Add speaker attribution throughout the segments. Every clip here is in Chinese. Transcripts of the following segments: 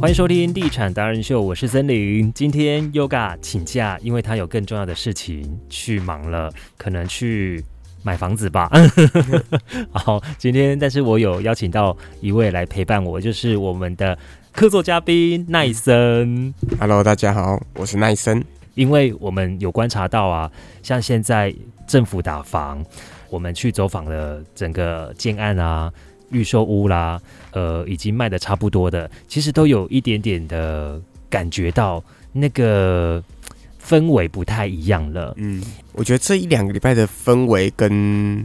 Speaker 1: 欢迎收听《地产达人秀》，我是森林。今天 Yoga 请假，因为他有更重要的事情去忙了，可能去买房子吧。 好，今天但是我有邀请到一位来陪伴我，就是我们的客座嘉宾奈森。
Speaker 2: Hello，大家好，我是奈森。
Speaker 1: 因为我们有观察到啊，像现在政府打房，我们去走访了整个建案啊、预售屋啦，呃，已经卖的差不多的，其实都有一点点的感觉到那个氛围不太一样了。
Speaker 2: 嗯，我觉得这一两个礼拜的氛围跟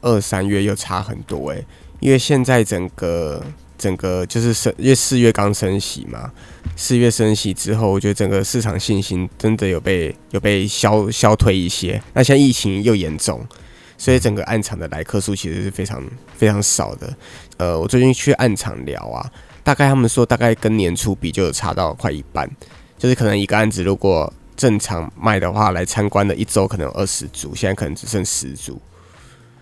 Speaker 2: 二三月又差很多哎、因为现在整个整个就是升，因为四月刚升息嘛，四月升息之后，我觉得整个市场信心真的有被有被消消退一些。那现在疫情又严重，所以整个暗场的来客数其实是非常非常少的。呃，我最近去暗场聊啊，大概他们说大概跟年初比就有差到快一半，就是可能一个案子如果正常卖的话，来参观的一周可能有二十组，现在可能只剩十组，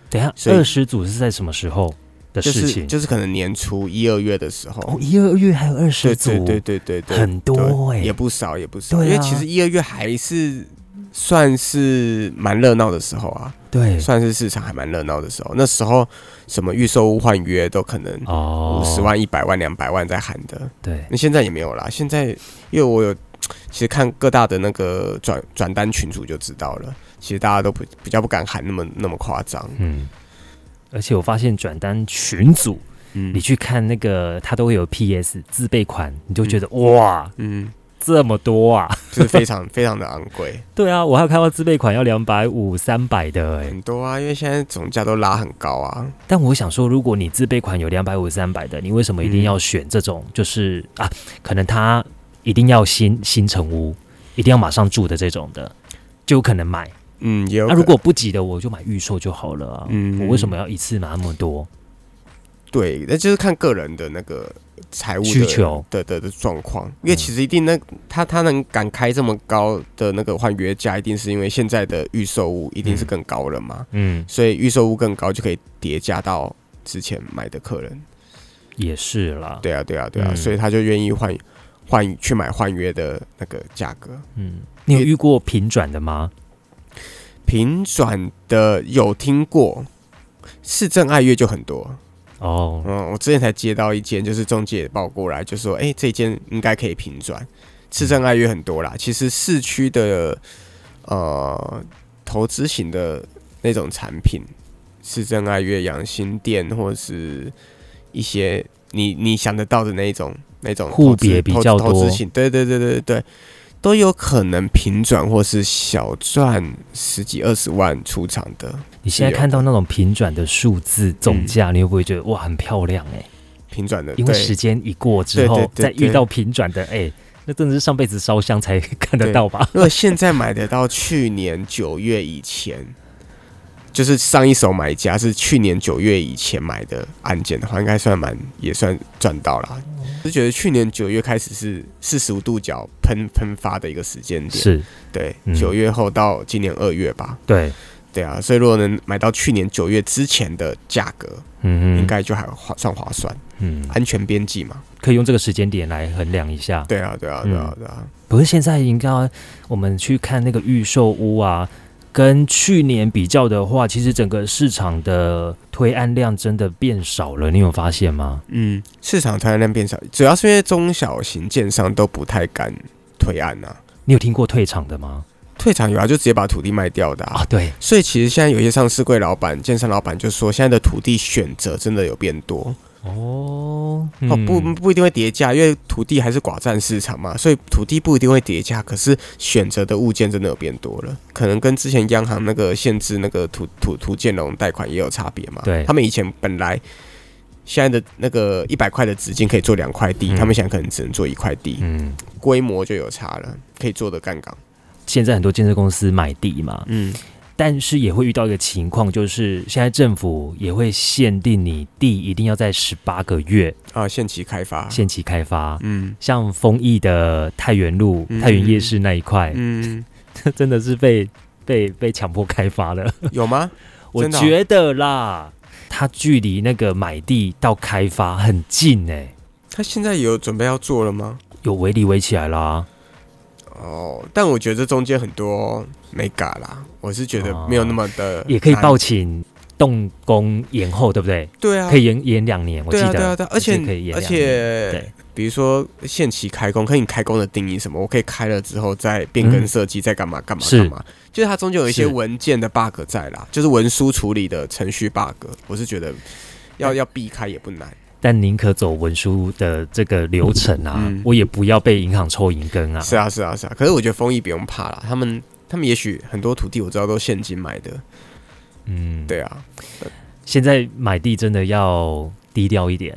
Speaker 1: 等一下，
Speaker 2: 所以
Speaker 1: 啊二十组是在什么时候的
Speaker 2: 就
Speaker 1: 事
Speaker 2: 是
Speaker 1: 情？
Speaker 2: 就是可能年初一二月的时候，
Speaker 1: 哦，一二月还有二
Speaker 2: 对
Speaker 1: 十组，
Speaker 2: 对对对对对，
Speaker 1: 很多哎、
Speaker 2: 也不少也不少，
Speaker 1: 对啊
Speaker 2: 因为其实一二月还是算是蛮热闹的时候啊，
Speaker 1: 对
Speaker 2: 算是市场还蛮热闹的时候，那时候什么预售屋换约都可能
Speaker 1: 哦，
Speaker 2: 五十万、一百万、两百万在喊的，
Speaker 1: 对
Speaker 2: 那现在也没有啦。现在因为我有其实看各大的那个转转单群组就知道了，其实大家都不比较不敢喊那么那么夸张。
Speaker 1: 嗯，而且我发现转单群组，
Speaker 2: 嗯
Speaker 1: 你去看那个，它都会有 PS 自备款，你就觉得、哇，
Speaker 2: 嗯，
Speaker 1: 这么多啊！
Speaker 2: 就是非常 非常的昂贵，
Speaker 1: 对啊，我还有看到自备款要两百五、三百的哎、
Speaker 2: 很多啊，因为现在总价都拉很高啊。
Speaker 1: 但我想说，如果你自备款有两百五、三百的，你为什么
Speaker 2: 嗯
Speaker 1: 一定要选这种？就是、啊，可能它一定要新新成屋，一定要马上住的这种的，就有可能买。
Speaker 2: 嗯，也有
Speaker 1: 那、
Speaker 2: 可能、
Speaker 1: 如果不急的，我就买预售就好了啊。
Speaker 2: 嗯
Speaker 1: 我为什么要一次买那么多？
Speaker 2: 对，那就是看个人的那个财务的
Speaker 1: 需求
Speaker 2: 的的的状况，因为其实一定那他他能敢开这么高的那个换约价，一定是因为现在的预售屋一定是更高了嘛，
Speaker 1: 嗯，
Speaker 2: 所以预售屋更高就可以叠加到之前买的客人。
Speaker 1: 也是啦。
Speaker 2: 对啊，对啊，对啊，
Speaker 1: 嗯
Speaker 2: 所以他就愿意换换去买换约的那个价格。
Speaker 1: 嗯，你有遇过平转的吗？
Speaker 2: 平转的有听过，市政爱乐就很多。
Speaker 1: 哦，
Speaker 2: 嗯，我之前才接到一间，就是中介报过来，就说，哎、这间应该可以平转。市政爱乐很多啦，其实市区的呃投资型的那种产品，市政爱乐、养心店或者是一些你你想得到的那一种那种
Speaker 1: 户
Speaker 2: 投资
Speaker 1: 别比
Speaker 2: 投
Speaker 1: 较
Speaker 2: 投资
Speaker 1: 多
Speaker 2: 型，对对对对对对，都有可能平转或是小赚十几二十万出场的。
Speaker 1: 你现在看到那种平转的数字总价，你会不会觉得哇很漂亮哎、
Speaker 2: 平转的，
Speaker 1: 因为
Speaker 2: 嗯呃对
Speaker 1: 时间一过之后
Speaker 2: 对，对
Speaker 1: 再
Speaker 2: 对
Speaker 1: 遇到平转的哎、那真的是上辈子烧香才看得到吧？
Speaker 2: 如果现在买得到去年九月以前，就是上一手买家是去年九月以前买的案件的话，应该算蛮也算赚到啦。就觉得去年九月开始是四十五度角喷喷发的一个时间点，
Speaker 1: 是，
Speaker 2: 对
Speaker 1: 嗯，
Speaker 2: 九月后到今年二月吧，
Speaker 1: 对，
Speaker 2: 对啊，所以如果能买到去年九月之前的价格，
Speaker 1: 嗯
Speaker 2: 应
Speaker 1: 哼，
Speaker 2: 该就还划算划算，
Speaker 1: 嗯，
Speaker 2: 安全边际嘛。
Speaker 1: 可以用这个时间点来衡量一下。
Speaker 2: 对啊，对啊，
Speaker 1: 嗯
Speaker 2: 对啊，对啊，
Speaker 1: 不是现在应该我们去看那个预售屋啊，跟去年比较的话，其实整个市场的推案量真的变少了，你有发现吗？
Speaker 2: 嗯，市场推案量变少，主要是因为中小型建商都不太敢推案呐、
Speaker 1: 你有听过退场的吗？
Speaker 2: 退场有啊，就直接把土地卖掉的、啊。
Speaker 1: 啊，对，
Speaker 2: 所以其实现在有一些上市柜老板、建商老板就说，现在的土地选择真的有变多
Speaker 1: 哦，
Speaker 2: 哦，
Speaker 1: 嗯
Speaker 2: 不不一定会叠价，因为土地还是寡占市场嘛，所以土地不一定会叠价。可是选择的物件真的有变多了，可能跟之前央行那个限制那个土土土建融贷款也有差别嘛。
Speaker 1: 对
Speaker 2: 他们以前本来现在的那个一百块的纸巾可以做两块地，
Speaker 1: 嗯
Speaker 2: 他们现在可能只能做一块地，
Speaker 1: 嗯，
Speaker 2: 规模就有差了，可以做的杠杠。
Speaker 1: 现在很多建设公司买地嘛，
Speaker 2: 嗯，
Speaker 1: 但是也会遇到一个情况，就是现在政府也会限定你地一定要在十八个月
Speaker 2: 啊，限期开发。
Speaker 1: 限期开发。
Speaker 2: 嗯
Speaker 1: 像丰益的太原路、
Speaker 2: 嗯
Speaker 1: 太原夜市那一块，
Speaker 2: 嗯，
Speaker 1: 真的是被被被强迫开发了。
Speaker 2: 有吗？
Speaker 1: 我
Speaker 2: 真的哦
Speaker 1: 觉得啦，它距离那个买地到开发很近哎、
Speaker 2: 他现在有准备要做了吗？
Speaker 1: 有围篱围起来
Speaker 2: 呃
Speaker 1: 啦。
Speaker 2: 哦，但我觉得这中间很多没嘎啦，我是觉得没有那么的、
Speaker 1: 哦也可以报。请动工延后，对不对？
Speaker 2: 对啊，
Speaker 1: 可以延延两年，我记
Speaker 2: 对
Speaker 1: 得。
Speaker 2: 啊，对啊，对啊，而且
Speaker 1: 可以延
Speaker 2: 而
Speaker 1: 两年
Speaker 2: 且
Speaker 1: 对，
Speaker 2: 比如说限期开工，看你开工的定义是什么，我可以开了之后再变更
Speaker 1: 嗯
Speaker 2: 设计，再干嘛干嘛
Speaker 1: 是
Speaker 2: 干嘛，就是它中间有一些
Speaker 1: 是
Speaker 2: 文件的 bug 在啦，就是文书处理的程序 bug，我是觉得要要避开也不难。
Speaker 1: 但宁可走文书的这个流程啊，
Speaker 2: 嗯
Speaker 1: 我也不要被银行抽银根啊。
Speaker 2: 是啊，是啊，是啊，可是我觉得丰益不用怕啦，他们他们也许很多土地我知道都现金买的，
Speaker 1: 嗯，
Speaker 2: 对啊，
Speaker 1: 现在买地真的要低调一点，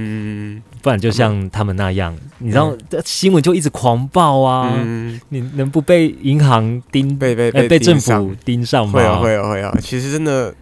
Speaker 2: 嗯
Speaker 1: 不然就像他们那样，你知道、新闻就一直狂爆啊，
Speaker 2: 嗯，
Speaker 1: 你能不被银行盯
Speaker 2: 被被
Speaker 1: 呃被
Speaker 2: 盯
Speaker 1: 政
Speaker 2: 上
Speaker 1: 府盯上吗？
Speaker 2: 会啊会啊会啊，其实真的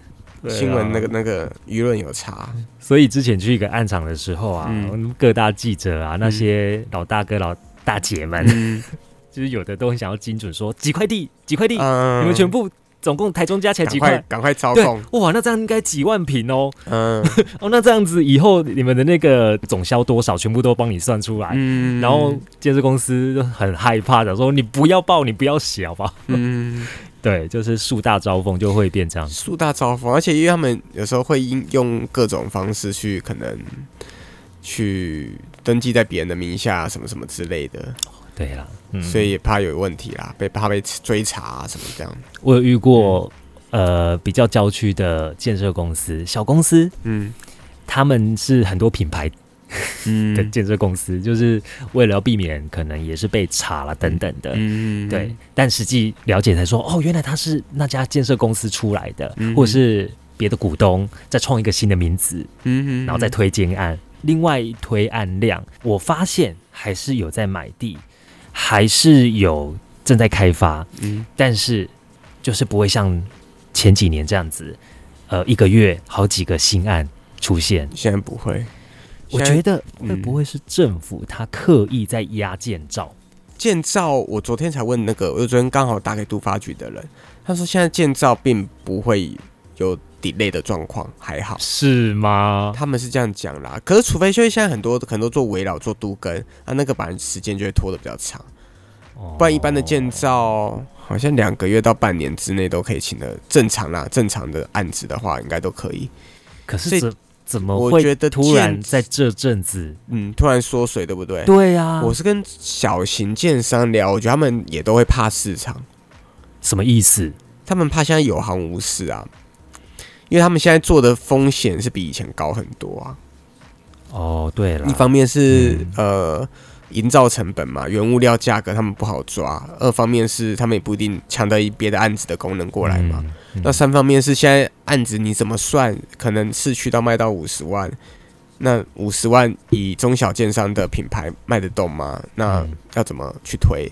Speaker 1: 对啊
Speaker 2: 新闻那个那个舆论有差，
Speaker 1: 所以之前去一个暗场的时候啊，
Speaker 2: 嗯
Speaker 1: 各大记者啊，那些老大哥老大姐们，
Speaker 2: 嗯，
Speaker 1: 就是有的都很想要精准说几块地几块地，
Speaker 2: 嗯
Speaker 1: 你们全部总共台中加起来
Speaker 2: 赶
Speaker 1: 几
Speaker 2: 快
Speaker 1: 块？
Speaker 2: 赶快招
Speaker 1: 对
Speaker 2: 供，，
Speaker 1: 哇，那这样应该几万平哦，
Speaker 2: 嗯
Speaker 1: 哦，那这样子以后你们的那个总销多少，全部都帮你算出来。
Speaker 2: 嗯
Speaker 1: 然后建设公司就很害怕的说：“你不要报，你不要写，好不好
Speaker 2: 嗯，？”
Speaker 1: 对，就是树大招风就会变这样。
Speaker 2: 树大招风，而且因为他们有时候会应用各种方式去可能去登记在别人的名下啊什么什么之类的，
Speaker 1: 对啦，嗯，
Speaker 2: 所以也怕有问题啦，被怕被追查啊什么这样，
Speaker 1: 我有遇
Speaker 2: 嗯
Speaker 1: 过呃比较郊区的建设公司，小公司，
Speaker 2: 嗯
Speaker 1: 他们是很多品牌的
Speaker 2: 嗯
Speaker 1: 建设公司，就是为了要避免可能也是被查了等等的。
Speaker 2: 嗯
Speaker 1: 对，，但实际了解才说，哦，原来他是那家建设公司出来的，
Speaker 2: 嗯
Speaker 1: 或者是别的股东再创一个新的名字，
Speaker 2: 嗯
Speaker 1: 然后再推荐案。另外推案量，我发现还是有在买地，还是有正在开发，
Speaker 2: 嗯
Speaker 1: 但是就是不会像前几年这样子，呃，一个月好几个新案出现。
Speaker 2: 现在不会，
Speaker 1: 我
Speaker 2: 现在
Speaker 1: 觉得会
Speaker 2: 嗯
Speaker 1: 不会是政府他刻意在压建造？
Speaker 2: 建造，我昨天才问那个，我昨天刚好打给都发局的人，他说现在建造并不会有 delay 的状况，还好。
Speaker 1: 是吗？
Speaker 2: 他们是这样讲啦，可是除非就是现在很多可能都做围绕做都跟啊，那个本来时间就会拖得比较长，
Speaker 1: 哦
Speaker 2: 不然一般的建造好像两个月到半年之内都可以请的，正常啦，正常的案子的话应该都可以。
Speaker 1: 可
Speaker 2: 所
Speaker 1: 是
Speaker 2: 以
Speaker 1: 怎怎么
Speaker 2: 我
Speaker 1: 会
Speaker 2: 觉得
Speaker 1: 突然
Speaker 2: 建
Speaker 1: 在这阵子？
Speaker 2: 嗯，突然缩水对不对？
Speaker 1: 对啊，
Speaker 2: 我是跟小型建商聊，我觉得他们也都会怕市场，
Speaker 1: 什么意思？
Speaker 2: 他们怕现在有行无市啊，因为他们现在做的风险是比以前高很多啊。
Speaker 1: 哦，对了，
Speaker 2: 一方面是、
Speaker 1: 嗯
Speaker 2: 呃营造成本嘛，原物料价格他们不好抓；二方面是他们也不一定抢得别的案子的功能过来嘛。
Speaker 1: 嗯，
Speaker 2: 那
Speaker 1: 嗯
Speaker 2: 三方面是现在案子你怎么算，可能市区到卖到五十万。那五十万以中小建商的品牌卖得动吗？那
Speaker 1: 嗯
Speaker 2: 要怎么去推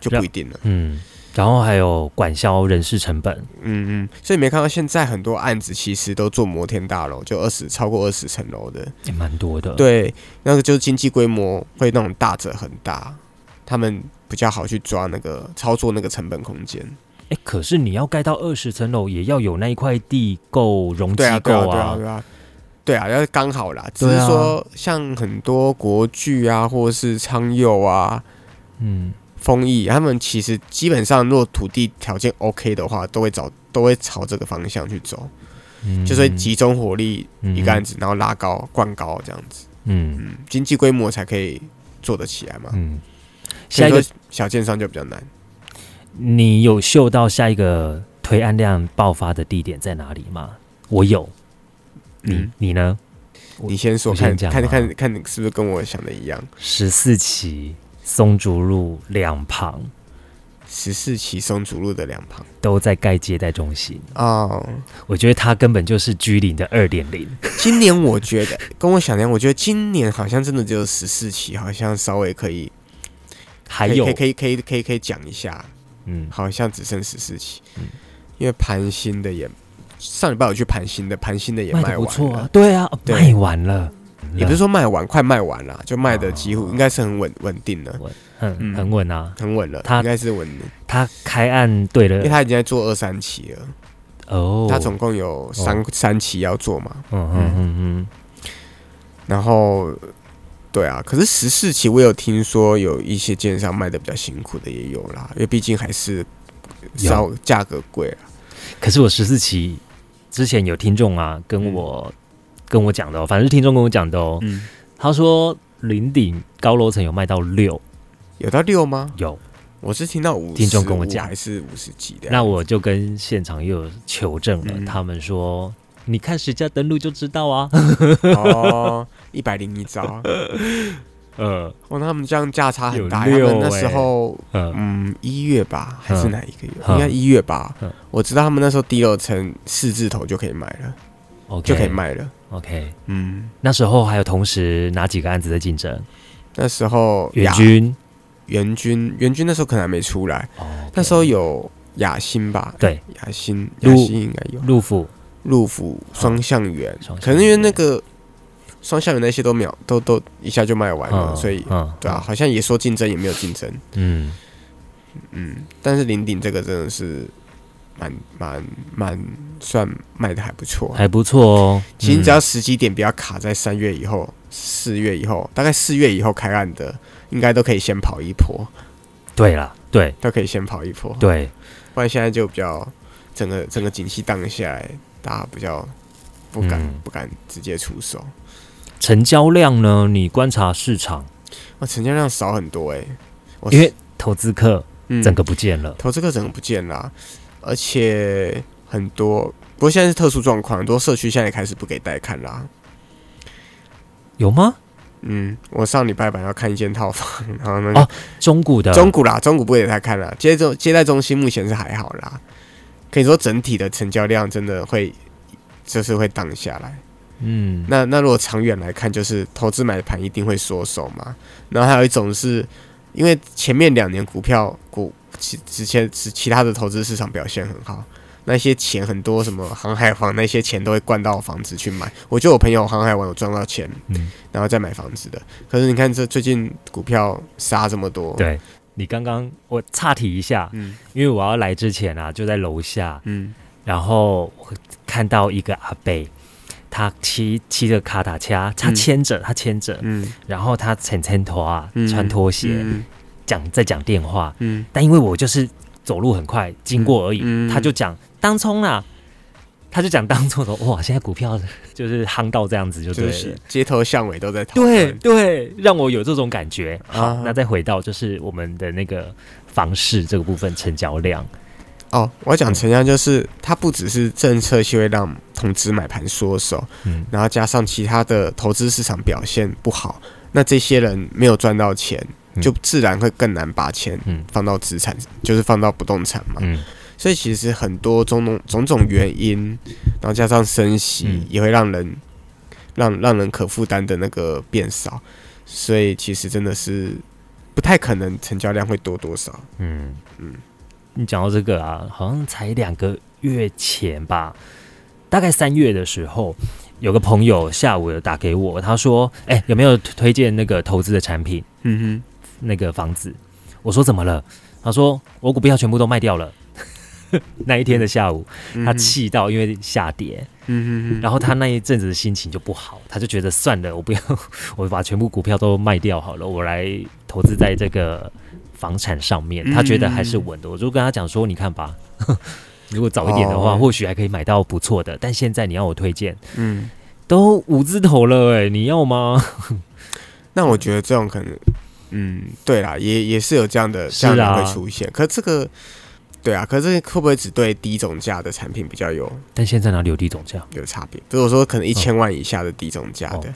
Speaker 2: 就不一定了。
Speaker 1: 嗯，然后还有管销人事成本，
Speaker 2: 嗯嗯，所以没看到现在很多案子其实都做摩天大楼，就二十超过二十层楼的。
Speaker 1: 也蛮多的。，
Speaker 2: 对，那个就是经济规模会那种大者很大，他们比较好去抓那个操作那个成本空间。
Speaker 1: 哎，可是你要盖到二十层楼，也要有那一块地够容积
Speaker 2: 对啊，对啊，
Speaker 1: 够
Speaker 2: 对啊，对啊，对啊，要刚好啦。只
Speaker 1: 对
Speaker 2: 是
Speaker 1: 啊
Speaker 2: 说，像很多国剧啊，或是苍佑啊、
Speaker 1: 嗯，
Speaker 2: 丰益，他们其实基本上，如果土地条件 OK 的话，都会找都会朝这个方向去走，
Speaker 1: 嗯
Speaker 2: 就是会集中火力一个案
Speaker 1: 子，
Speaker 2: 子，然后拉高、灌高这样子，
Speaker 1: 嗯
Speaker 2: 嗯，经济规模才可以做得起来嘛。
Speaker 1: 嗯。
Speaker 2: 所
Speaker 1: 下
Speaker 2: 以
Speaker 1: 一
Speaker 2: 说
Speaker 1: 个，
Speaker 2: 小建商就比较难。
Speaker 1: 你有嗅到下一个推案量爆发的地点在哪里吗？我有，你、
Speaker 2: 嗯
Speaker 1: 你呢？我
Speaker 2: 你先说，
Speaker 1: 我
Speaker 2: 看
Speaker 1: 先讲
Speaker 2: 看
Speaker 1: 吗
Speaker 2: 看看你是不是跟我想的一样？
Speaker 1: 十四期松竹路两旁
Speaker 2: 十四期松竹路的两旁
Speaker 1: 都在盖接待中心，
Speaker 2: 哦，
Speaker 1: 我觉得它根本就是居零的二点零。
Speaker 2: 今年我觉得 跟我想的一样，我觉得今年好像真的只有十四期，好像稍微可以，
Speaker 1: 还有
Speaker 2: 可以，可以可以可以可以讲一下，
Speaker 1: 嗯，
Speaker 2: 好像只剩十四期
Speaker 1: 嗯，
Speaker 2: 因为盘新的也上礼拜我去盘新的，盘新的也
Speaker 1: 卖
Speaker 2: 卖
Speaker 1: 的不
Speaker 2: 完
Speaker 1: 错啊
Speaker 2: 了，，
Speaker 1: 对啊，
Speaker 2: 对
Speaker 1: 卖完了，
Speaker 2: 也不是说卖完，快卖完了，就卖的
Speaker 1: 哦
Speaker 2: 几乎应该是很稳稳定了，
Speaker 1: 很
Speaker 2: 嗯
Speaker 1: 很稳啊。
Speaker 2: 很稳了，
Speaker 1: 它
Speaker 2: 应该是稳的，
Speaker 1: 他开案对
Speaker 2: 因为
Speaker 1: 了，
Speaker 2: 他已经在做二三期了，
Speaker 1: 哦，嗯
Speaker 2: 他总共有三三期要做嘛，
Speaker 1: 嗯嗯嗯嗯，
Speaker 2: 然后对啊，可是十四期我有听说有一些建商卖的比较辛苦的也有啦，因为毕竟还是
Speaker 1: 有
Speaker 2: 稍价格贵啊。
Speaker 1: 可是我十四期之前有听众啊跟我、跟我讲的、哦，反正是听众跟我讲的哦，
Speaker 2: 嗯，
Speaker 1: 他说林顶高楼层有卖到六，
Speaker 2: 有到六吗？
Speaker 1: 有，
Speaker 2: 我是听到五，
Speaker 1: 听众跟我讲
Speaker 2: 还是五十几的。
Speaker 1: 那我就跟现场又有求证了，
Speaker 2: 嗯
Speaker 1: 他们说你看实价登录就知道啊，
Speaker 2: 哦， 一百零一招，
Speaker 1: 呃
Speaker 2: 哦，那他们这样价差很大。
Speaker 1: 有
Speaker 2: 因
Speaker 1: 六
Speaker 2: 为那时候
Speaker 1: 呃，
Speaker 2: 嗯，一月吧，还是
Speaker 1: 嗯
Speaker 2: 哪一个月？
Speaker 1: 嗯
Speaker 2: 应该一月吧
Speaker 1: 嗯。
Speaker 2: 我知道他们那时候第二层四字头就可以买了，
Speaker 1: o k
Speaker 2: 就可以卖了。
Speaker 1: OK，
Speaker 2: 嗯，
Speaker 1: 那时候还有同时哪几个案子在竞争？
Speaker 2: 那时候
Speaker 1: 远
Speaker 2: 雅
Speaker 1: 军
Speaker 2: 元军，元军那时候可能还没出来，
Speaker 1: 哦，OK，
Speaker 2: 那时候有雅欣吧？
Speaker 1: 对，
Speaker 2: 雅欣，
Speaker 1: 陆
Speaker 2: 雅欣应该有
Speaker 1: 陆府
Speaker 2: 陆府双向园
Speaker 1: 双，向
Speaker 2: 可能因为那个双向园那些都秒都都一下就卖完了，
Speaker 1: 嗯，
Speaker 2: 所以
Speaker 1: 嗯，
Speaker 2: 对啊，好像也说竞争也没有竞争，
Speaker 1: 嗯，
Speaker 2: 嗯，但是林顶这个真的是蛮蛮蛮算卖的还不错啊，
Speaker 1: 还不错哦。
Speaker 2: 其实你只
Speaker 1: 嗯
Speaker 2: 要时机点不要卡在三月以后、四月以后，大概四月以后开案的，应该都可以先跑一波，
Speaker 1: 嗯对啦，对
Speaker 2: 都可以先跑一波。
Speaker 1: 对，
Speaker 2: 不然现在就比较整个整个景气荡下来，大家比较不敢、
Speaker 1: 嗯
Speaker 2: 不敢直接出手。
Speaker 1: 成交量呢？你观察市场，
Speaker 2: 哇，哦成交量少很多哎、我
Speaker 1: 因为投资客
Speaker 2: 嗯
Speaker 1: 整个不见了。
Speaker 2: 投资客整个不见啦，而且很多不过现在是特殊状况，很多社区现在也开始不给带看啦。
Speaker 1: 有吗？
Speaker 2: 嗯，我上礼拜本来要看一间套房，然后那个、
Speaker 1: 哦中古的
Speaker 2: 中古啦，中古不给带看啦，接中接待中心目前是还好啦，可以说整体的成交量真的会就是会荡下来。
Speaker 1: 嗯，
Speaker 2: 那那如果长远来看，就是投资买盘一定会缩手嘛。然后还有一种是因为前面两年股票股其之前其其他的投资市场表现很好，那些钱很多什么航海王那些钱都会灌到房子去买。我就有朋友航海王有赚到钱，
Speaker 1: 嗯
Speaker 2: 然后再买房子的。可是你看这最近股票杀这么多，
Speaker 1: 对你刚刚我岔题一下，
Speaker 2: 嗯
Speaker 1: 因为我要来之前啊，就在楼下，
Speaker 2: 嗯
Speaker 1: 然后我看到一个阿贝，他骑骑着卡塔车，他
Speaker 2: 嗯
Speaker 1: 牵着他牵着，
Speaker 2: 嗯
Speaker 1: 然后他浅浅拖啊，
Speaker 2: 嗯
Speaker 1: 穿拖鞋
Speaker 2: 嗯
Speaker 1: 讲在讲电话，
Speaker 2: 嗯
Speaker 1: 但因为我就是走路很快经过而已，
Speaker 2: 嗯嗯
Speaker 1: 他就讲当冲啦，他就讲当冲的哇，现在股票就是夯到这样子就对
Speaker 2: 就
Speaker 1: 了。
Speaker 2: 是街头巷尾都在讨
Speaker 1: 对
Speaker 2: 论。
Speaker 1: 对，让我有这种感觉。好，
Speaker 2: 啊
Speaker 1: 那再回到就是我们的那个房市这个部分成交量，
Speaker 2: 哦，我要讲成交量就是它不只是政策性会让投资买盘缩手，
Speaker 1: 嗯，
Speaker 2: 然后加上其他的投资市场表现不好，那这些人没有赚到钱，
Speaker 1: 嗯
Speaker 2: 就自然会更难把钱
Speaker 1: 嗯
Speaker 2: 放到资产，就是放到不动产嘛。
Speaker 1: 嗯，
Speaker 2: 所以其实很多种种种种原因，然后加上升息
Speaker 1: 嗯，
Speaker 2: 也会让人让让人可负担的那个变少，所以其实真的是不太可能成交量会多多少。
Speaker 1: 嗯
Speaker 2: 嗯
Speaker 1: 你讲到这个啊，好像才两个月前吧，大概三月的时候，有个朋友下午有打给我，他说：“哎、有没有推荐那个投资的产品？
Speaker 2: 嗯
Speaker 1: 那个房子？”我说：“怎么了？”他说：“我股票全部都卖掉了。” 那一天的下午，
Speaker 2: 哼
Speaker 1: 他气到因为下跌，
Speaker 2: 嗯哼
Speaker 1: 然后他那一阵子的心情就不好，他就觉得算了，我不要， 我把全部股票都卖掉好了，我来投资在这个房产上面，他觉得还是稳的。我就跟他讲说，你看吧， 如果早一点的话，
Speaker 2: 哦
Speaker 1: 或许还可以买到不错的，但现在你要我推荐，
Speaker 2: 嗯，
Speaker 1: 都五字头了、哎，你要吗？
Speaker 2: 那我觉得这种可能，嗯，对啦，也也是有这样的
Speaker 1: 是
Speaker 2: 这
Speaker 1: 啊
Speaker 2: 样的会出现。可这个，对啊，可这个会不会只对低总价的产品比较有
Speaker 1: 但现在哪里有地总价？
Speaker 2: 有差别？比如说
Speaker 1: 哦
Speaker 2: 可能一千万以下的低总价的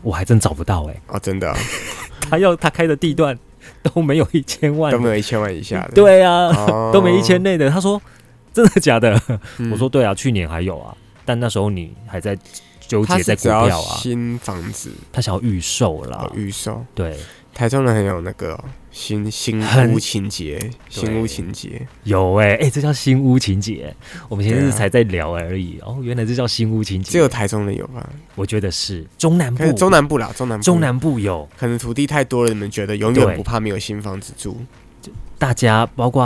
Speaker 1: 我还真找不到哎、
Speaker 2: 哦真的哦、
Speaker 1: 他要他开的地段都没有一千万
Speaker 2: 都，没有一千万以下的，
Speaker 1: 哦对啊，
Speaker 2: 哦，
Speaker 1: 都没一千内的。他说真的假的？
Speaker 2: 嗯。
Speaker 1: 我说对啊，去年还有啊，但那时候你还在纠
Speaker 2: 他
Speaker 1: 结在
Speaker 2: 是
Speaker 1: 股
Speaker 2: 只要
Speaker 1: 票啊，
Speaker 2: 新房子
Speaker 1: 他想要预售啦
Speaker 2: 哦，预售，
Speaker 1: 对，
Speaker 2: 台中人很有那个哦、新新
Speaker 1: 很
Speaker 2: 屋情节，新屋情节，
Speaker 1: 有哎、欸、哎、这叫新屋情节。我们前阵子
Speaker 2: 对啊
Speaker 1: 才在聊而已，哦，原来这叫新屋情节。
Speaker 2: 只有台中人有吧？
Speaker 1: 我觉得是中南
Speaker 2: 可是
Speaker 1: 部，
Speaker 2: 中南部啦，中南部
Speaker 1: 中南部有
Speaker 2: 可能土地太多了，你们觉得永
Speaker 1: 对
Speaker 2: 远不怕没有新房子住？
Speaker 1: 大家，包括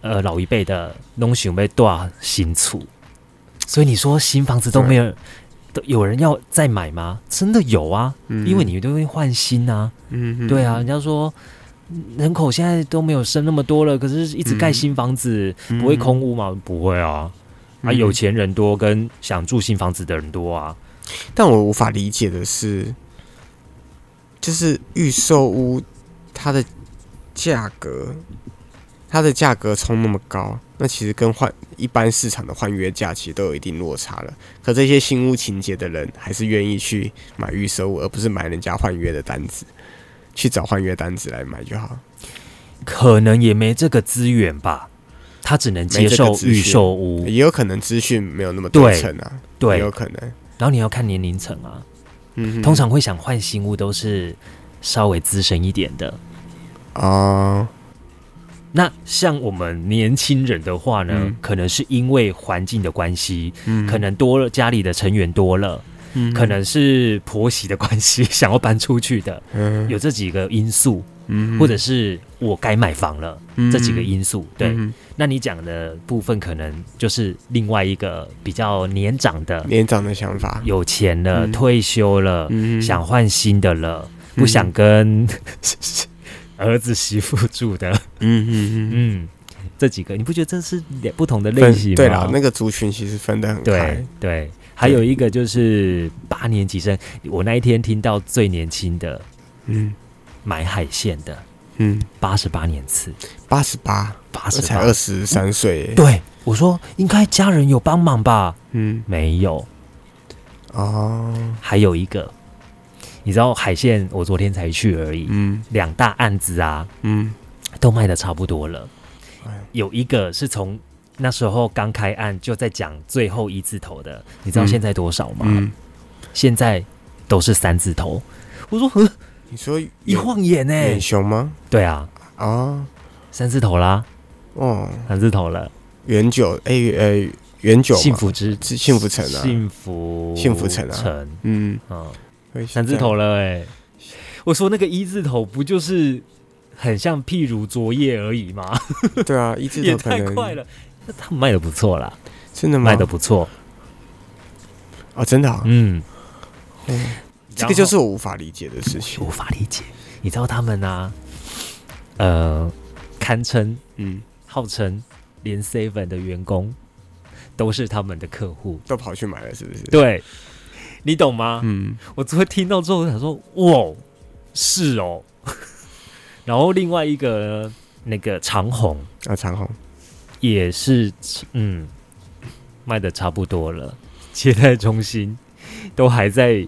Speaker 1: 呃老一辈的弄想被多新厝，所以你说新房子都没有都有人要再买吗？真的有啊，
Speaker 2: 嗯
Speaker 1: 因为你都会换新啊。
Speaker 2: 嗯
Speaker 1: 对啊，人，家说嗯人口现在都没有生那么多了，可是一直盖
Speaker 2: 嗯
Speaker 1: 新房子、
Speaker 2: 嗯
Speaker 1: 不会空屋吗？不会啊，啊，
Speaker 2: 嗯
Speaker 1: 有钱人多跟想住新房子的人多啊。
Speaker 2: 但我无法理解的是，就是预售屋它的价格，它的价格冲那么高，那其实跟换一般市场的换约价其实都有一定落差了。可这些新屋情节的人还是愿意去买预售屋，而不是买人家换约的单子，去找换约单子来买就好。
Speaker 1: 可能也没这个资源吧，他只能接
Speaker 2: 没这
Speaker 1: 受
Speaker 2: 个资
Speaker 1: 预
Speaker 2: 讯
Speaker 1: 售屋。
Speaker 2: 也有可能资讯没有那么对称啊，也
Speaker 1: 嗯对，
Speaker 2: 有可能。
Speaker 1: 然后你要看年龄层啊，
Speaker 2: 嗯哼，
Speaker 1: 通常会想换新屋都是稍微资深一点的。
Speaker 2: 哦，
Speaker 1: 那像我们年轻人的话呢，
Speaker 2: 嗯
Speaker 1: 可能是因为环境的关系，
Speaker 2: 嗯
Speaker 1: 可能多了家里的成员多了，
Speaker 2: 嗯
Speaker 1: 可能是婆媳的关系 想要搬出去的，
Speaker 2: 嗯
Speaker 1: 有这几个因素，
Speaker 2: 嗯
Speaker 1: 或者是我该买房了、这几个
Speaker 2: 因
Speaker 1: 因素。对，
Speaker 2: 嗯
Speaker 1: 那你讲的部分可能就是另外一个比较年长的，
Speaker 2: 年长的想法，
Speaker 1: 有钱了、
Speaker 2: 嗯
Speaker 1: 退休了、
Speaker 2: 嗯哼
Speaker 1: 想换新的了，不想跟 儿子媳妇住的，
Speaker 2: 嗯嗯嗯嗯
Speaker 1: 嗯，这几个你不觉得这是两不同的类
Speaker 2: 分
Speaker 1: 型吗？
Speaker 2: 对啦，那个族群其实分得很开
Speaker 1: 对，对，还有一个就是八年级生，我那一天听到最年轻的
Speaker 2: 嗯
Speaker 1: 买海鲜的
Speaker 2: 嗯，
Speaker 1: 八十八年次，
Speaker 2: 八十八，
Speaker 1: 八
Speaker 2: 我
Speaker 1: 十
Speaker 2: 才
Speaker 1: 八
Speaker 2: 二，十三岁耶，
Speaker 1: 对我说应该家人有帮忙吧？
Speaker 2: 嗯
Speaker 1: 没有，
Speaker 2: 哦，
Speaker 1: 还有一个，你知道海鲜，我昨天才去而已，
Speaker 2: 嗯
Speaker 1: 两大案子啊，
Speaker 2: 嗯
Speaker 1: 都卖的差不多了
Speaker 2: 哎呦。
Speaker 1: 有一个是从那时候刚开案就在讲最后一字头的，你知道现在多少吗？
Speaker 2: 嗯，
Speaker 1: 现在都是三字头。我说呵，
Speaker 2: 你说
Speaker 1: 一
Speaker 2: 有
Speaker 1: 晃眼呢、
Speaker 2: 远雄吗？
Speaker 1: 对啊，
Speaker 2: 哦
Speaker 1: 三字头啦，
Speaker 2: 哦，
Speaker 1: 三字头了。
Speaker 2: 远九哎呃远九嘛
Speaker 1: 幸福之
Speaker 2: 是幸福城啊，
Speaker 1: 幸福
Speaker 2: 幸福城啊
Speaker 1: 城
Speaker 2: 嗯，
Speaker 1: 嗯，
Speaker 2: 会是
Speaker 1: 三字
Speaker 2: 这样
Speaker 1: 头了哎、我说那个一字头不就是很像譬如昨夜而已吗？
Speaker 2: 对啊，一字
Speaker 1: 也
Speaker 2: 头可
Speaker 1: 太快
Speaker 2: 能
Speaker 1: 了。那他们卖的不错啦，
Speaker 2: 真的吗？
Speaker 1: 卖的不错，
Speaker 2: 哦，真的啊，
Speaker 1: 嗯，
Speaker 2: 嗯这个就是我无法理解的事情
Speaker 1: 我，无法理解。你知道他们啊，呃，堪称
Speaker 2: 嗯，
Speaker 1: 号称连 seven 的员工都是他们的客户，
Speaker 2: 都跑去买了是不是？，
Speaker 1: 对啊你懂吗？
Speaker 2: 嗯
Speaker 1: 我昨天听到之后我想说，哇，是哦。 然后另外一个呢那个长虹
Speaker 2: 啊，长虹，
Speaker 1: 也是，嗯，卖的差不多了，接待中心都还在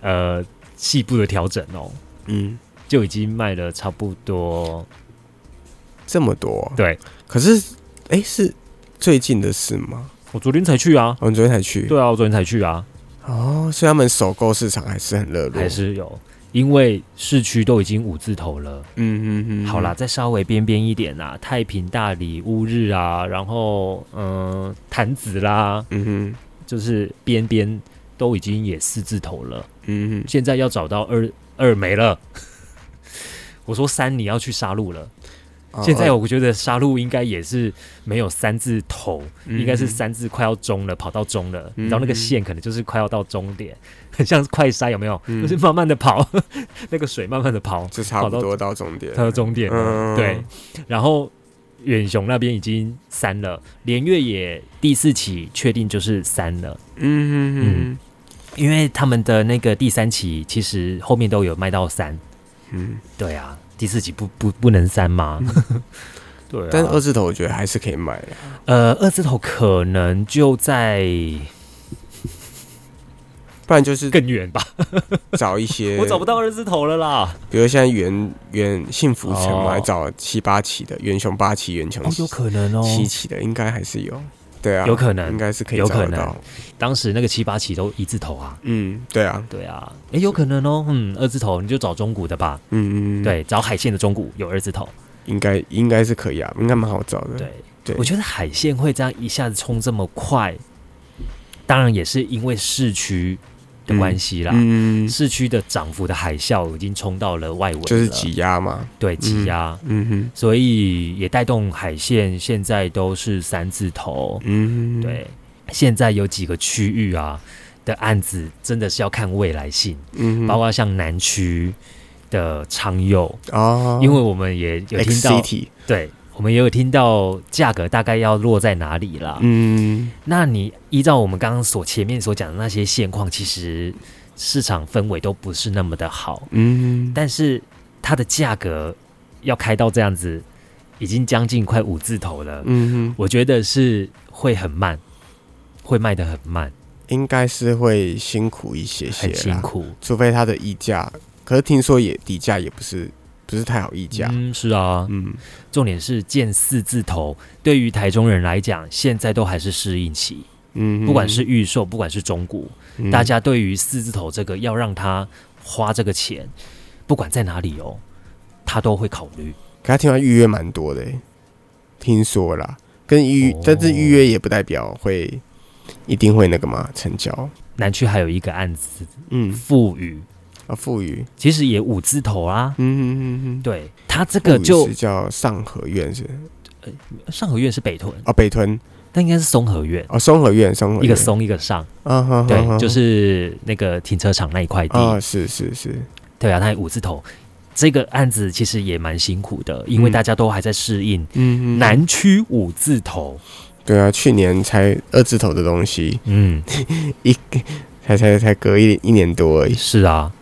Speaker 1: 呃细部的调整哦。
Speaker 2: 嗯，
Speaker 1: 就已经卖了差不多，
Speaker 2: 这么多，
Speaker 1: 对
Speaker 2: 可是，哎、是最近的事吗？哦
Speaker 1: 我昨天才去啊，
Speaker 2: 我们昨天才去。
Speaker 1: 对啊，我昨天才去啊，
Speaker 2: 哦，所以他们首购市场还是很热络。
Speaker 1: 还是有，因为市区都已经五字头了，
Speaker 2: 嗯嗯嗯。
Speaker 1: 好啦，，再稍微边边一点啦，太平、大理、乌日啊，然后嗯、潭子啦，
Speaker 2: 嗯哼，
Speaker 1: 就是边边都已经也四字头了，
Speaker 2: 嗯哼，
Speaker 1: 现在要找到二二没了。 我说三，你要去杀戮了。
Speaker 2: 哦
Speaker 1: 现在我觉得杀戮应该也是没有三字头，
Speaker 2: 嗯
Speaker 1: 应该是三字快要中了，跑到中了，
Speaker 2: 嗯
Speaker 1: 然后那个线可能就是快要到终点，很像快塞有没有？
Speaker 2: 嗯
Speaker 1: 就是慢慢的跑， 那个水慢慢的跑，
Speaker 2: 就差不多到终点了。
Speaker 1: 它到终点了。
Speaker 2: 嗯
Speaker 1: 对，然后远雄那边已经三了，连越野第四期确定就是三了，
Speaker 2: 嗯哼
Speaker 1: 因为他们的那个第三期其实后面都有卖到三，
Speaker 2: 哼嗯，
Speaker 1: 对啊，第四期不不不能三 嘛。对、啊，
Speaker 2: 但是二字头我觉得还是可以买啊的。
Speaker 1: 呃，二字头可能就在
Speaker 2: 不然就是
Speaker 1: 更远吧，
Speaker 2: 找一些，
Speaker 1: 我找不，到二字头了啦。
Speaker 2: 比如现在原原幸福城嘛，
Speaker 1: 哦
Speaker 2: 还找七八期的，元雄八期、元雄
Speaker 1: 哦，有可能哦。
Speaker 2: 七期的，应该还是有。对啊，
Speaker 1: 有可能
Speaker 2: 应该是可以
Speaker 1: 有
Speaker 2: 找
Speaker 1: 可
Speaker 2: 得
Speaker 1: 能
Speaker 2: 到。
Speaker 1: 当时那个七八起都一字头啊，
Speaker 2: 嗯，对啊，
Speaker 1: 对啊，诶，有可能哦。嗯，二字头你就找中古的吧，
Speaker 2: 嗯嗯，嗯，
Speaker 1: 对，找海线的中古有二字头。
Speaker 2: 应该应该是可以啊，应该蛮好找的。
Speaker 1: 对，
Speaker 2: 对
Speaker 1: 我觉得海线会这样一下子冲这么快，当然也是因为市区的关系啦。
Speaker 2: 嗯，
Speaker 1: 市区的涨幅的海啸已经冲到了外围了，
Speaker 2: 就是挤压嘛。
Speaker 1: 对挤压，
Speaker 2: 嗯哼，
Speaker 1: 所以也带动海线现在都是三字头。
Speaker 2: 嗯，
Speaker 1: 对，现在有几个区域啊，的案子真的是要看未来性，
Speaker 2: 嗯哼，
Speaker 1: 包括像南区的昌佑，
Speaker 2: 哦，
Speaker 1: 因为我们也有听
Speaker 2: X
Speaker 1: 到
Speaker 2: City，
Speaker 1: 对。我们也有听到价格大概要落在哪里啦。
Speaker 2: 嗯，
Speaker 1: 那你依照我们刚刚所前面所讲的那些现况，其实市场氛围都不是那么的好。
Speaker 2: 嗯，
Speaker 1: 但是它的价格要开到这样子，已经将近快五字头了，
Speaker 2: 嗯哼，
Speaker 1: 我觉得是会很慢，会卖的很慢，
Speaker 2: 应该是会辛苦一些些
Speaker 1: 很辛
Speaker 2: 啦，
Speaker 1: 苦。
Speaker 2: 除非它的溢价，可是听说也底价也不是不是太好溢价，
Speaker 1: 嗯，是啊，
Speaker 2: 嗯
Speaker 1: 重点是见四字头，对于台中人来讲，现在都还是适应期，
Speaker 2: 嗯哼，
Speaker 1: 不管是预售，不管是中古，
Speaker 2: 嗯
Speaker 1: 大家对于四字头这个要让他花这个钱，不管在哪里哦，他都会考虑。
Speaker 2: 可他听完预约蛮多的欸，听说啦，跟预、
Speaker 1: 哦
Speaker 2: 但是预约也不代表会一定会那个嘛成交。
Speaker 1: 南区还有一个案子，
Speaker 2: 嗯，
Speaker 1: 富裕
Speaker 2: 啊，富裕，
Speaker 1: 其实也五字头啊，
Speaker 2: 嗯嗯嗯嗯，
Speaker 1: 对他这
Speaker 2: 富
Speaker 1: 个
Speaker 2: 裕
Speaker 1: 就是
Speaker 2: 叫上河苑是不是
Speaker 1: 上合院是北屯，
Speaker 2: 哦，北屯
Speaker 1: 但应该是松合院，
Speaker 2: 哦，松河苑，松河苑
Speaker 1: 一个，松一个上，
Speaker 2: 啊哈，哈
Speaker 1: 对，
Speaker 2: 哈
Speaker 1: 就是那个停车场那一块
Speaker 2: 啊，
Speaker 1: 地，
Speaker 2: 是是是，
Speaker 1: 对啊，它有五字头。这个案子其实也蛮辛苦的，因为
Speaker 2: 嗯
Speaker 1: 大家都还在适应
Speaker 2: 嗯，
Speaker 1: 南区五字头，
Speaker 2: 对啊，去年才二字头的东西，
Speaker 1: 嗯，
Speaker 2: 才才才隔一一年多而已，
Speaker 1: 是啊。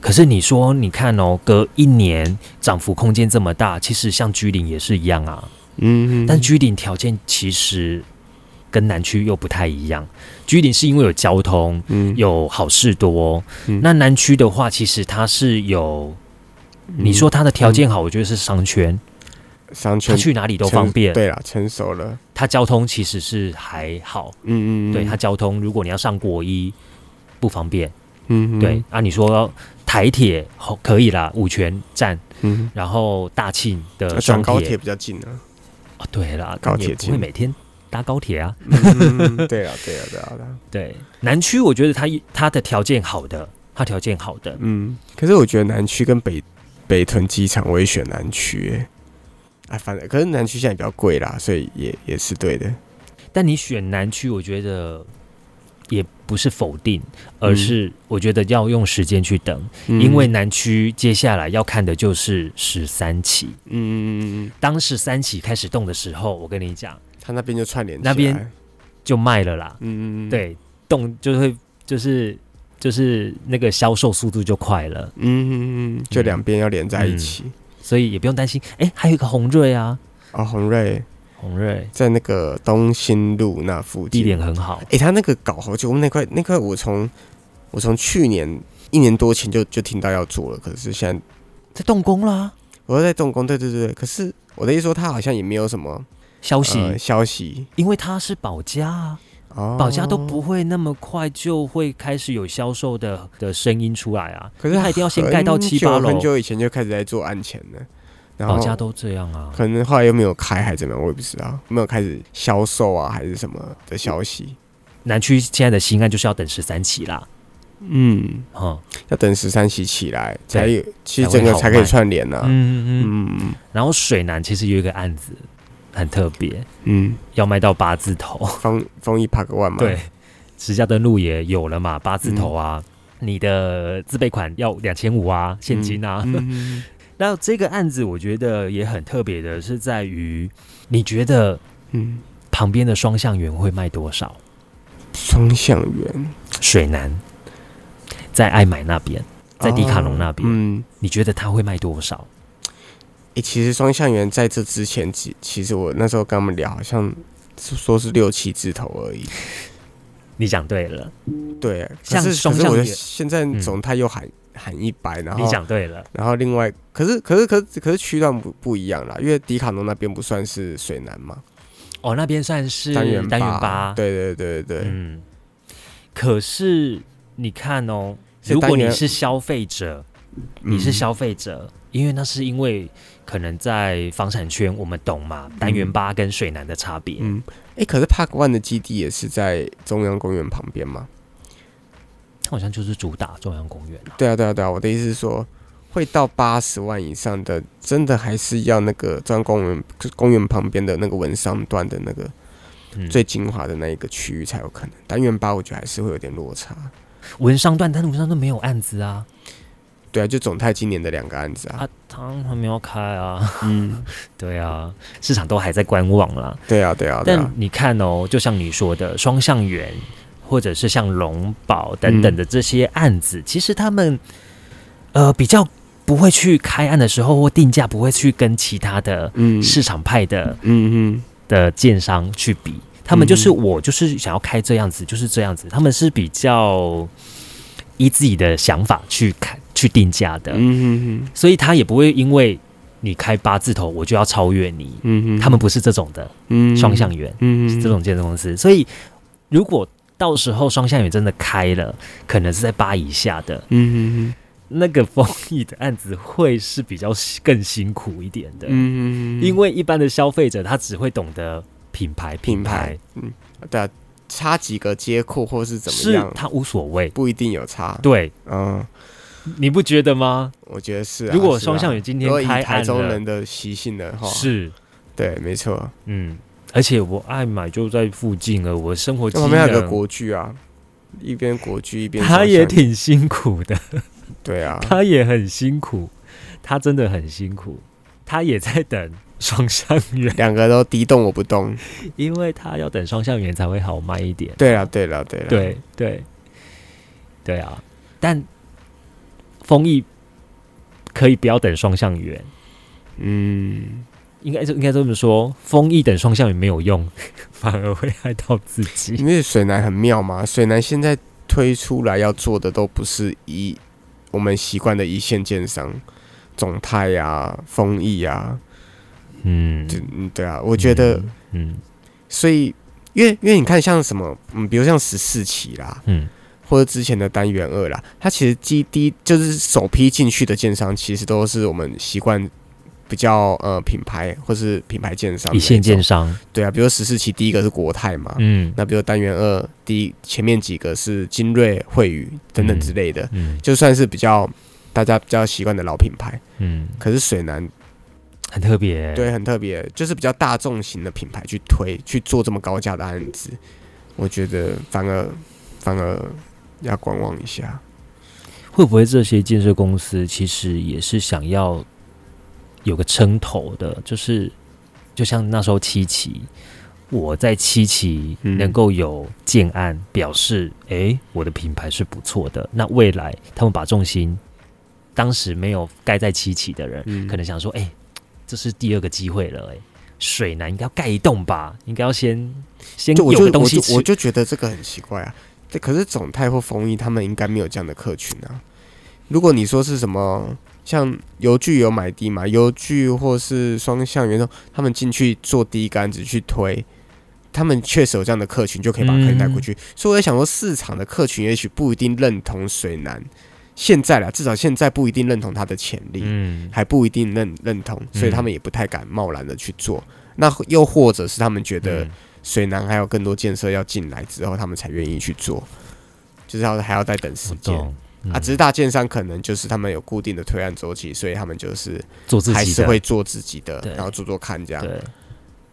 Speaker 1: 可是你说，你看哦，隔一年涨幅空间这么大，其实像居林也是一样啊。
Speaker 2: 嗯，
Speaker 1: 但居林条件其实跟南区又不太一样，居林是因为有交通，
Speaker 2: 嗯
Speaker 1: 有好事多。
Speaker 2: 嗯
Speaker 1: 那南区的话，其实它是有，
Speaker 2: 嗯
Speaker 1: 你说它的条件好，我觉得是商圈，
Speaker 2: 商
Speaker 1: 它
Speaker 2: 圈
Speaker 1: 去哪里都
Speaker 2: 成
Speaker 1: 方便。
Speaker 2: 对啦，成熟了，
Speaker 1: 它交通其实是还好，
Speaker 2: 嗯嗯，
Speaker 1: 对
Speaker 2: 嗯
Speaker 1: 它，交通，如果你要上国一不方便，
Speaker 2: 嗯，嗯
Speaker 1: 对，。啊，你说台铁好可以啦，五泉站，
Speaker 2: 嗯，
Speaker 1: 然后大庆
Speaker 2: 那
Speaker 1: 的
Speaker 2: 啊转
Speaker 1: 双
Speaker 2: 高
Speaker 1: 铁
Speaker 2: 铁，比较近啊。
Speaker 1: 哦对啦，
Speaker 2: 高
Speaker 1: 你也
Speaker 2: 铁
Speaker 1: 不会
Speaker 2: 近
Speaker 1: 每天搭高铁啊。
Speaker 2: 嗯，对啊，对啊，对啊，对啊。
Speaker 1: 对，南区我觉得它它的条件好的，它条件好的，
Speaker 2: 嗯，可是我觉得南区跟北北屯机场，我也选南区、欸。哎，反正可是南区现在比较贵啦，所以也也是对的。
Speaker 1: 但你选南区，我觉得也不是否定，而是我觉得要用时间去等，
Speaker 2: 嗯
Speaker 1: 因为，南区接下来要看的就是十三期。
Speaker 2: 嗯，
Speaker 1: 当十三期开始动的时候，我跟你讲，
Speaker 2: 他那边就串联起
Speaker 1: 那
Speaker 2: 来
Speaker 1: 边，就卖了啦。
Speaker 2: 嗯，，
Speaker 1: 对，动就会就是就是那个销售速度就快了，
Speaker 2: 嗯，嗯嗯，就两边要连在一起。
Speaker 1: 所以也不用担心。哎，还有一个红瑞啊，
Speaker 2: 哦，红瑞
Speaker 1: 红瑞
Speaker 2: 在那个东兴路那附
Speaker 1: 地
Speaker 2: 近，
Speaker 1: 点很好，
Speaker 2: 哎、他那个搞好久，我们那块那块我从我从去年一年多前就就听到要做了，可是现在
Speaker 1: 在动工啦，
Speaker 2: 我在动工，对对对，对可是我的意思说，他好像也没有什么
Speaker 1: 消息，
Speaker 2: 呃、消息，
Speaker 1: 因为它是保价啊。
Speaker 2: 哦，
Speaker 1: 保家都不会那么快就会开始有销售的的声音出来啊，
Speaker 2: 可是
Speaker 1: 他一定要先盖到七八
Speaker 2: 很
Speaker 1: 楼
Speaker 2: 久很，久以前就开始在做案前了，然后
Speaker 1: 保家都这样啊。
Speaker 2: 可能后来又没有开，还怎么样，我也不知道，没有开始销售啊，还是什么的消息。
Speaker 1: 南区现在的新案就是要等十三期啦，
Speaker 2: 嗯，
Speaker 1: 哈、
Speaker 2: 要等十三期起来才有，其实
Speaker 1: 才会
Speaker 2: 整个
Speaker 1: 好
Speaker 2: 才可以
Speaker 1: 卖
Speaker 2: 串联呐、啊。
Speaker 1: 嗯嗯嗯。
Speaker 2: 嗯
Speaker 1: 然后水南其实有一个案子很特别，
Speaker 2: 嗯，
Speaker 1: 要卖到八字 头，
Speaker 2: 丰丰益 Park One 嘛，嗯
Speaker 1: 对，，石家登路也有了嘛，八字头啊，你的自备款要两千五啊，现金啊。
Speaker 2: 嗯，嗯
Speaker 1: 那这个案子我觉得也很特别的是在于，你觉得
Speaker 2: 嗯，
Speaker 1: 旁边的双向园会卖多少？
Speaker 2: 双向园
Speaker 1: 水南，在爱买那边，在迪卡侬那边，
Speaker 2: 嗯。
Speaker 1: 你觉得他会卖多少？
Speaker 2: 诶、其实双向园在这之前，其其实我那时候跟他们聊，好像是说是六七字头而已。
Speaker 1: 你讲对了，
Speaker 2: 对，可
Speaker 1: 像
Speaker 2: 是
Speaker 1: 双
Speaker 2: 可是我
Speaker 1: 向
Speaker 2: 的
Speaker 1: 园
Speaker 2: 现在总太又喊、喊一百，然
Speaker 1: 你
Speaker 2: 后
Speaker 1: 讲对了，
Speaker 2: 然后另外，可是可是可是可是区段不不一样啦，因为迪卡侬那边不算是水南嘛，
Speaker 1: 哦，那边算是
Speaker 2: 单元
Speaker 1: 单元
Speaker 2: 八，
Speaker 1: 八，
Speaker 2: 对对对对对，
Speaker 1: 嗯。可是你看哦，
Speaker 2: 是
Speaker 1: 如果
Speaker 2: 单
Speaker 1: 你
Speaker 2: 元
Speaker 1: 是消费者，你是
Speaker 2: 嗯
Speaker 1: 消费者，因为那是因为可能在房产圈我们懂嘛，单元八跟水南的差别，
Speaker 2: 嗯，诶、可是 Park One 的基地也是在中央公园旁边嘛？
Speaker 1: 它好像就是主打中央公园啊。
Speaker 2: 对啊对啊对啊，我的意思是说。会到八十万以上的，真的还是要那个中央公园公园旁边的那个文商段的那个
Speaker 1: 嗯
Speaker 2: 最精华的那一个区域才有可能。单元八我觉得还是会有点落差。
Speaker 1: 文商段，但是文商段没有案子啊，
Speaker 2: 对啊，就总泰今年的两个案子啊，
Speaker 1: 啊，他还没有开啊，
Speaker 2: 嗯，
Speaker 1: 对啊，市场都还在观望啦。
Speaker 2: 对啊，对啊，对
Speaker 1: 但
Speaker 2: 啊，
Speaker 1: 你看哦，就像你说的，双向园或者是像龙宝等等的这些案子，其实他们呃比较不会去开案的时候或定价不会去跟其他的
Speaker 2: 嗯，
Speaker 1: 市场派的、
Speaker 2: 嗯，嗯
Speaker 1: 的建商去比，他们
Speaker 2: 嗯
Speaker 1: 就是我就是想要开这样子，就是这样子，他们是比较依自己的想法去看去定价的，
Speaker 2: 嗯嗯
Speaker 1: 所以他也不会因为你开八字头我就要超越你，
Speaker 2: 嗯嗯，
Speaker 1: 他们不是这种的
Speaker 2: 们
Speaker 1: 双向，园。
Speaker 2: 嗯，
Speaker 1: 这种建筑公司。所以如果到时候双向园真的开了，可能是在八以下的
Speaker 2: 嗯，嗯
Speaker 1: 那个风翼的案子会是比较辛更辛苦一点的，
Speaker 2: 嗯嗯，
Speaker 1: 呃因为一般的消费者他只会懂得品牌，
Speaker 2: 品牌对啊，差几个接扣或是怎么
Speaker 1: 是
Speaker 2: 样，
Speaker 1: 他无所谓。
Speaker 2: 不一定有差。
Speaker 1: 对，
Speaker 2: 嗯，
Speaker 1: 你不觉得吗？
Speaker 2: 我觉得是啊。
Speaker 1: 如果
Speaker 2: 是啊
Speaker 1: 双向园今
Speaker 2: 如
Speaker 1: 天
Speaker 2: 果以
Speaker 1: 开
Speaker 2: 台
Speaker 1: 案
Speaker 2: 中
Speaker 1: 了，
Speaker 2: 人的习性的话，
Speaker 1: 是
Speaker 2: 对，没错。
Speaker 1: 嗯，而且我爱买就在附近了，我生活机
Speaker 2: 那旁边还有个
Speaker 1: 能。
Speaker 2: 国剧啊，一边国剧一边
Speaker 1: 他也
Speaker 2: 双向
Speaker 1: 挺辛苦的，
Speaker 2: 对啊，
Speaker 1: 他也很辛苦，他真的很辛苦，他也在等双向园，
Speaker 2: 两个都敌动我不动。
Speaker 1: 因为他要等双向园才会好卖一点。
Speaker 2: 对了，对了，对了，
Speaker 1: 对对对啊，但丰益可以不要等双向园，
Speaker 2: 嗯，
Speaker 1: 应该就应该这么说，丰益等双向园没有用， 反而会害到自己。
Speaker 2: 因为水南很妙嘛，水南现在推出来要做的都不是一我们习惯的一线建商，总泰呀、啊、丰益啊，
Speaker 1: 嗯，
Speaker 2: 对嗯对啊，我觉得，
Speaker 1: 嗯
Speaker 2: 所以因为因为你看像什么，嗯，比如像十四期啦，
Speaker 1: 嗯
Speaker 2: 或者之前的单元二啦，它其实基地就是首批进去的建商，其实都是我们习惯比较呃品牌或是品牌建商
Speaker 1: 一线
Speaker 2: 那种
Speaker 1: 建商，
Speaker 2: 对啊，比如十四期第一个是国泰嘛，
Speaker 1: 嗯
Speaker 2: 那比如单元二第一前面几个是精锐、惠宇等等之类的，
Speaker 1: 嗯
Speaker 2: 就算是比较大家比较习惯的老品牌，
Speaker 1: 嗯，
Speaker 2: 可是水南
Speaker 1: 很特别。
Speaker 2: 对，很特别，就是比较大众型的品牌去推去做这么高价的案子，我觉得反而反而要观望一下。
Speaker 1: 会不会这些建设公司其实也是想要有个称头的？就是就像那时候七期，我在七期
Speaker 2: 嗯
Speaker 1: 能够有建案，表示诶我的品牌是不错的。那未来他们把重心，当时没有盖在七期的人，
Speaker 2: 嗯
Speaker 1: 可能想说，诶，这是第二个机会了、诶，水南应该要盖一栋吧，应该要先先
Speaker 2: 就我
Speaker 1: 有
Speaker 2: 就
Speaker 1: 个东
Speaker 2: 我
Speaker 1: 西
Speaker 2: 就
Speaker 1: 吃
Speaker 2: 我就觉得这个很奇怪啊。这可是总泰或丰益他们应该没有这样的客群啊。如果你说是什么像邮局有买地嘛，邮局或是双向元种，他们进去做第一个案子去推，他们确实有这样的客群，就可以
Speaker 1: 嗯
Speaker 2: 把客人带过去。所以我在想说，市场的客群也许不一定认同水南，现在啦，至少现在不一定认同它的潜力。
Speaker 1: 嗯
Speaker 2: 还不一定认认同，所以他
Speaker 1: 嗯
Speaker 2: 们也不太敢贸然的去做。那又或者是他们觉得
Speaker 1: 嗯
Speaker 2: 水南还有更多建设要进来之后，他们才愿意去做，就是要还要再等时
Speaker 1: 我
Speaker 2: 间
Speaker 1: 懂、
Speaker 2: 啊。
Speaker 1: 嗯
Speaker 2: 只是大建商可能就是他们有固定的推案周期，所以他们就是
Speaker 1: 做自己的
Speaker 2: 还是会做自己的，
Speaker 1: 对
Speaker 2: 然后做做看这样。
Speaker 1: 对，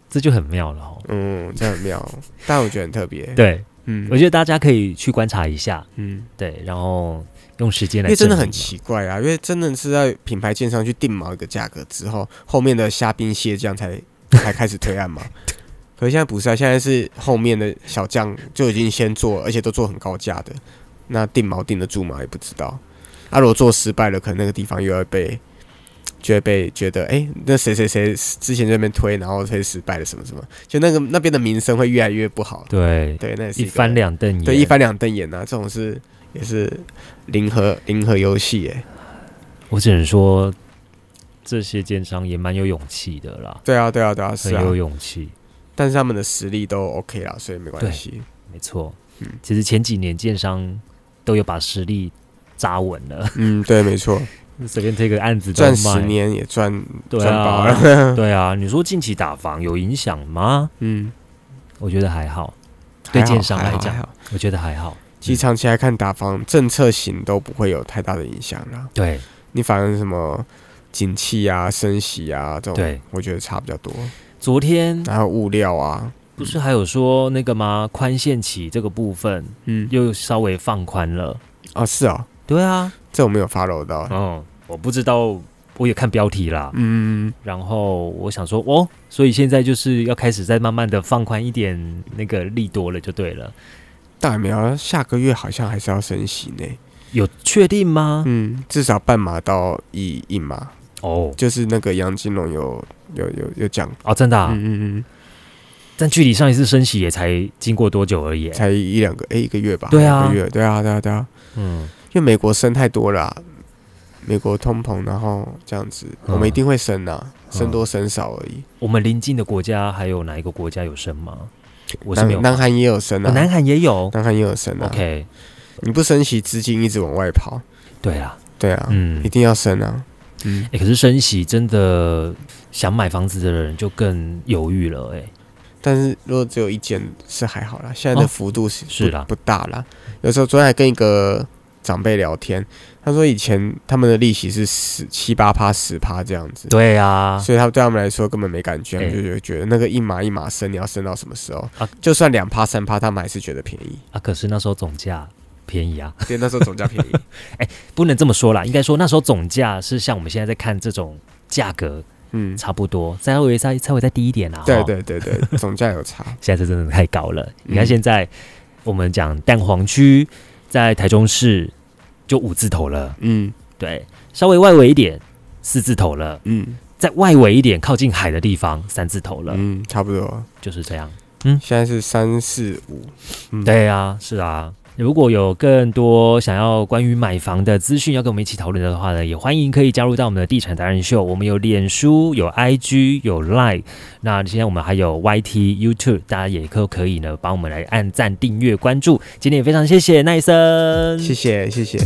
Speaker 1: 这就很妙了、哦。
Speaker 2: 嗯，这样很妙，但我觉得很特别。
Speaker 1: 对，
Speaker 2: 嗯
Speaker 1: 我觉得大家可以去观察一下，
Speaker 2: 嗯，
Speaker 1: 对，然后用时间
Speaker 2: 因
Speaker 1: 来
Speaker 2: 为
Speaker 1: 证
Speaker 2: 真的
Speaker 1: 明嘛，
Speaker 2: 很奇怪啊，因为真的是在品牌建商去定某一个价格之后，后面的虾兵蟹将才 才开始推案嘛。可是现在不是啊，现在是后面的小将就已经先做，而且都做很高价的，那定锚定得住吗？也不知道。啊，如果做失败了，可能那个地方又要被就会被觉得，哎、那谁谁谁之前在那边推，然后推失败了什么什么，就那个那边的名声会越来越不好。
Speaker 1: 对，
Speaker 2: 对，那也是
Speaker 1: 一
Speaker 2: 个
Speaker 1: 翻两瞪眼，
Speaker 2: 对一，翻两瞪眼啊，这种是也是零和零和游戏哎。
Speaker 1: 我只能说这些奸商也蛮有勇气的啦，
Speaker 2: 对啊，对啊，对啊，
Speaker 1: 很
Speaker 2: 是啊，
Speaker 1: 有勇气，
Speaker 2: 但是他们的实力都 OK 啦，所以没关系。
Speaker 1: 没错
Speaker 2: 嗯。
Speaker 1: 其实前几年奸商都有把实力扎稳了，
Speaker 2: 嗯，对，没错，
Speaker 1: 随便推个案子都
Speaker 2: 赚十
Speaker 1: 卖，
Speaker 2: 年也赚
Speaker 1: 对
Speaker 2: 赚饱
Speaker 1: 啊，
Speaker 2: 了。
Speaker 1: 对啊。你说近期打房有影响吗？
Speaker 2: 嗯，
Speaker 1: 我觉得还好，对建商来讲
Speaker 2: 还好还好还好
Speaker 1: 我觉得还好。
Speaker 2: 其实长期来看，打房政策型都不会有太大的影响啦。
Speaker 1: 对
Speaker 2: 你反而什么景气啊、升息啊这种，
Speaker 1: 对，
Speaker 2: 我觉得差比较多。
Speaker 1: 昨天
Speaker 2: 然后物料啊，
Speaker 1: 不是还有说那个吗？宽限期这个部分
Speaker 2: 嗯，
Speaker 1: 又稍微放宽了。
Speaker 2: 哦，是哦，
Speaker 1: 对啊，
Speaker 2: 这我没有 follow 到。
Speaker 1: 嗯，我不知道，我也看标题啦。
Speaker 2: 嗯，
Speaker 1: 然后我想说，哦，所以现在就是要开始再慢慢的放宽一点那个力多了，就对了。
Speaker 2: 大苗啊下个月好像还是要升息呢。
Speaker 1: 有确定吗？
Speaker 2: 嗯，至少半码到一一码，
Speaker 1: 哦
Speaker 2: 就是那个杨金龙有有有有讲。
Speaker 1: 哦，真的、啊，
Speaker 2: 嗯嗯
Speaker 1: 但距离上一次升息也才经过多久而已
Speaker 2: 嗯，。才一两个哎、一个月吧。
Speaker 1: 对啊
Speaker 2: 两个月，对啊，对啊，对啊。
Speaker 1: 嗯，
Speaker 2: 因为美国升太多了啊、美国通膨，然后这样子，
Speaker 1: 嗯
Speaker 2: 我们一定会升啊，
Speaker 1: 嗯
Speaker 2: 升多升少而已。
Speaker 1: 我们邻近的国家还有哪一个国家有升吗？我是没有
Speaker 2: 南，南韩也有升
Speaker 1: 哦
Speaker 2: 啊，
Speaker 1: 南韩也有。
Speaker 2: 南韩也有升啊。
Speaker 1: OK，
Speaker 2: 你不升息，资金一直往外跑，
Speaker 1: 对啦，
Speaker 2: 对啊，
Speaker 1: 嗯
Speaker 2: 一，定要升啊。嗯，
Speaker 1: 欸可是升息真的想买房子的人就更犹豫了、欸，
Speaker 2: 但是如果只有一间是还好啦，现在的
Speaker 1: 哦
Speaker 2: 幅度是不、
Speaker 1: 是啦
Speaker 2: 不大啦。有时候昨天还跟一个长辈聊天，他说以前他们的利息是十七八趴、十趴这样子。
Speaker 1: 对啊，
Speaker 2: 所以他们对他们来说根本没感觉，他
Speaker 1: 哎
Speaker 2: 们就觉得觉得那个一码一码升，你要升到什么时候
Speaker 1: 啊？
Speaker 2: 就算两趴三趴，他们还是觉得便宜。
Speaker 1: 啊，可是那时候总价便宜啊，
Speaker 2: 对，那时候总价便宜。
Speaker 1: 不能这么说啦，应该说那时候总价是像我们现在在看这种价格
Speaker 2: 嗯，
Speaker 1: 差不多，再会再才会再低一点啊，
Speaker 2: 对
Speaker 1: 齁，
Speaker 2: 对对对，总价有差。
Speaker 1: 现在这真的太高了，你看
Speaker 2: 嗯
Speaker 1: 现在我们讲蛋黄区在台中市就五字头了，
Speaker 2: 嗯
Speaker 1: 对，稍微外围一点四字头了，
Speaker 2: 嗯
Speaker 1: 在外围一点靠近海的地方三字头了，
Speaker 2: 嗯，差不多。
Speaker 1: 就是这样。
Speaker 2: 现在是三四五。嗯
Speaker 1: 对啊，是啊。如果有更多想要关于买房的资讯要跟我们一起讨论的话呢，也欢迎可以加入到我们的地产达人秀。我们有脸书、有 IG、有 Line，那现在我们还有 YT、YouTube，大家也都可以呢帮我们来按赞、订阅、关注。今天也非常谢谢奈森，
Speaker 2: 谢谢谢谢。